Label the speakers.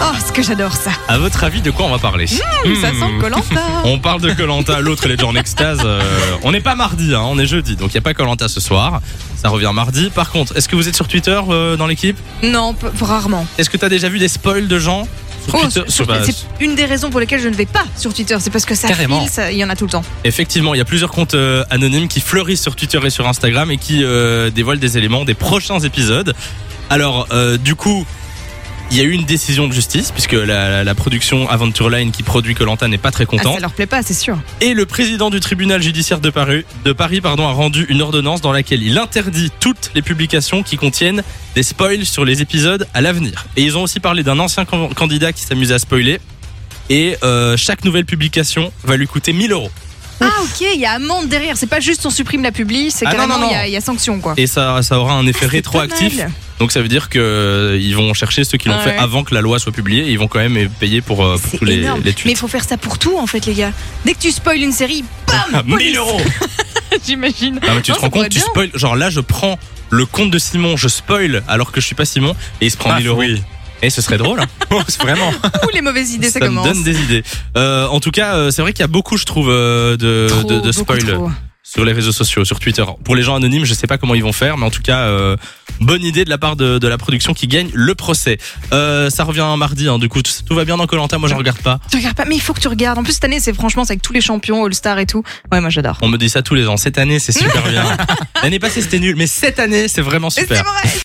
Speaker 1: Oh, ce que j'adore ça.
Speaker 2: À votre avis, de quoi on va parler
Speaker 1: Mmh, Ça
Speaker 2: Hmm.
Speaker 1: sent Colanta.
Speaker 2: On parle de Colanta, l'autre il est déjà en extase. euh, on n'est pas mardi, hein, on est jeudi, donc il n'y a pas Colanta ce soir. Ça revient mardi. Par contre, est-ce que vous êtes sur Twitter euh, dans l'équipe
Speaker 1: Non, p- rarement.
Speaker 2: Est-ce que tu as déjà vu des spoils de gens sur
Speaker 1: Oh,
Speaker 2: Twitter
Speaker 1: sur-
Speaker 2: sur-
Speaker 1: sur-
Speaker 2: bah,
Speaker 1: c'est une des raisons pour lesquelles je ne vais pas sur Twitter. C'est parce que ça
Speaker 2: Carrément.
Speaker 1: file, ça- il y en a tout le temps. Ah,
Speaker 2: Effectivement, il y a plusieurs comptes euh, anonymes qui fleurissent sur Twitter et sur Instagram et qui euh, dévoilent des éléments des prochains épisodes. Alors, euh, du coup, il y a eu une décision de justice puisque la, la- la production Aventure Line qui produit Colanta n'est pas très
Speaker 1: Ah,
Speaker 2: contente.
Speaker 1: ça leur plaît pas, c'est sûr.
Speaker 2: Et le président du tribunal judiciaire de Paris, de Paris pardon, a rendu une ordonnance dans laquelle il interdit toutes les publications qui contiennent des spoils sur les épisodes à l'avenir. Et ils ont aussi parlé d'un ancien can- candidat qui s'amusait à spoiler. Et euh, chaque nouvelle publication va lui coûter 1000 euros.
Speaker 1: Ah, ok, il y a amende derrière. C'est pas juste on supprime la publi, c'est
Speaker 2: Ah, non,
Speaker 1: carrément
Speaker 2: non, non.
Speaker 1: il y a- il y, a sanction quoi.
Speaker 2: Et ça, ça aura un effet
Speaker 1: Ah, C'est
Speaker 2: rétroactif.
Speaker 1: pas mal.
Speaker 2: Donc ça veut dire que euh, ils vont chercher ceux qui l'ont
Speaker 1: Ah
Speaker 2: fait
Speaker 1: ouais.
Speaker 2: avant que la loi soit publiée. Et ils vont quand même payer pour, euh, pour
Speaker 1: C'est
Speaker 2: tous les,
Speaker 1: énorme.
Speaker 2: les
Speaker 1: Mais il
Speaker 2: tweets.
Speaker 1: faut faire ça pour tout en fait, les gars. Dès que tu spoiles une série, bam police.
Speaker 2: 1000 Ah, euros
Speaker 1: J'imagine.
Speaker 2: Non, mais tu
Speaker 1: Non, ça
Speaker 2: te rends compte,
Speaker 1: pourrait
Speaker 2: tu
Speaker 1: être bien.
Speaker 2: spoil. Genre là, je prends le compte de Simon, je spoil alors que je suis pas Simon et il se prend
Speaker 3: Ah,
Speaker 2: 1000 euros.
Speaker 3: oui.
Speaker 2: Et ce serait drôle, hein. C'est vraiment.
Speaker 1: Ouh, les mauvaises idées, ça,
Speaker 2: ça me
Speaker 1: commence.
Speaker 2: donne des idées. Euh, en tout cas, euh, c'est vrai qu'il y a beaucoup, je trouve, euh, de,
Speaker 1: Trop,
Speaker 2: de, de
Speaker 1: beaucoup
Speaker 2: spoil
Speaker 1: trop.
Speaker 2: sur les réseaux sociaux, sur Twitter. Pour les gens anonymes, je sais pas comment ils vont faire, mais en tout cas, euh, bonne idée de la part de, de la production qui gagne le procès. Euh, ça revient mardi, hein, du coup, tout, tout va bien dans Colanta. Moi, je regarde pas.
Speaker 1: Tu regardes pas, mais il faut que tu regardes. En plus, cette année, c'est franchement, c'est avec tous les champions, All-Star et tout. Ouais, moi j'adore.
Speaker 2: On me dit ça tous les ans. Cette année, c'est super bien. L'année passée, c'était nul, mais cette année, c'est vraiment
Speaker 1: Et
Speaker 2: super.
Speaker 1: c'est vrai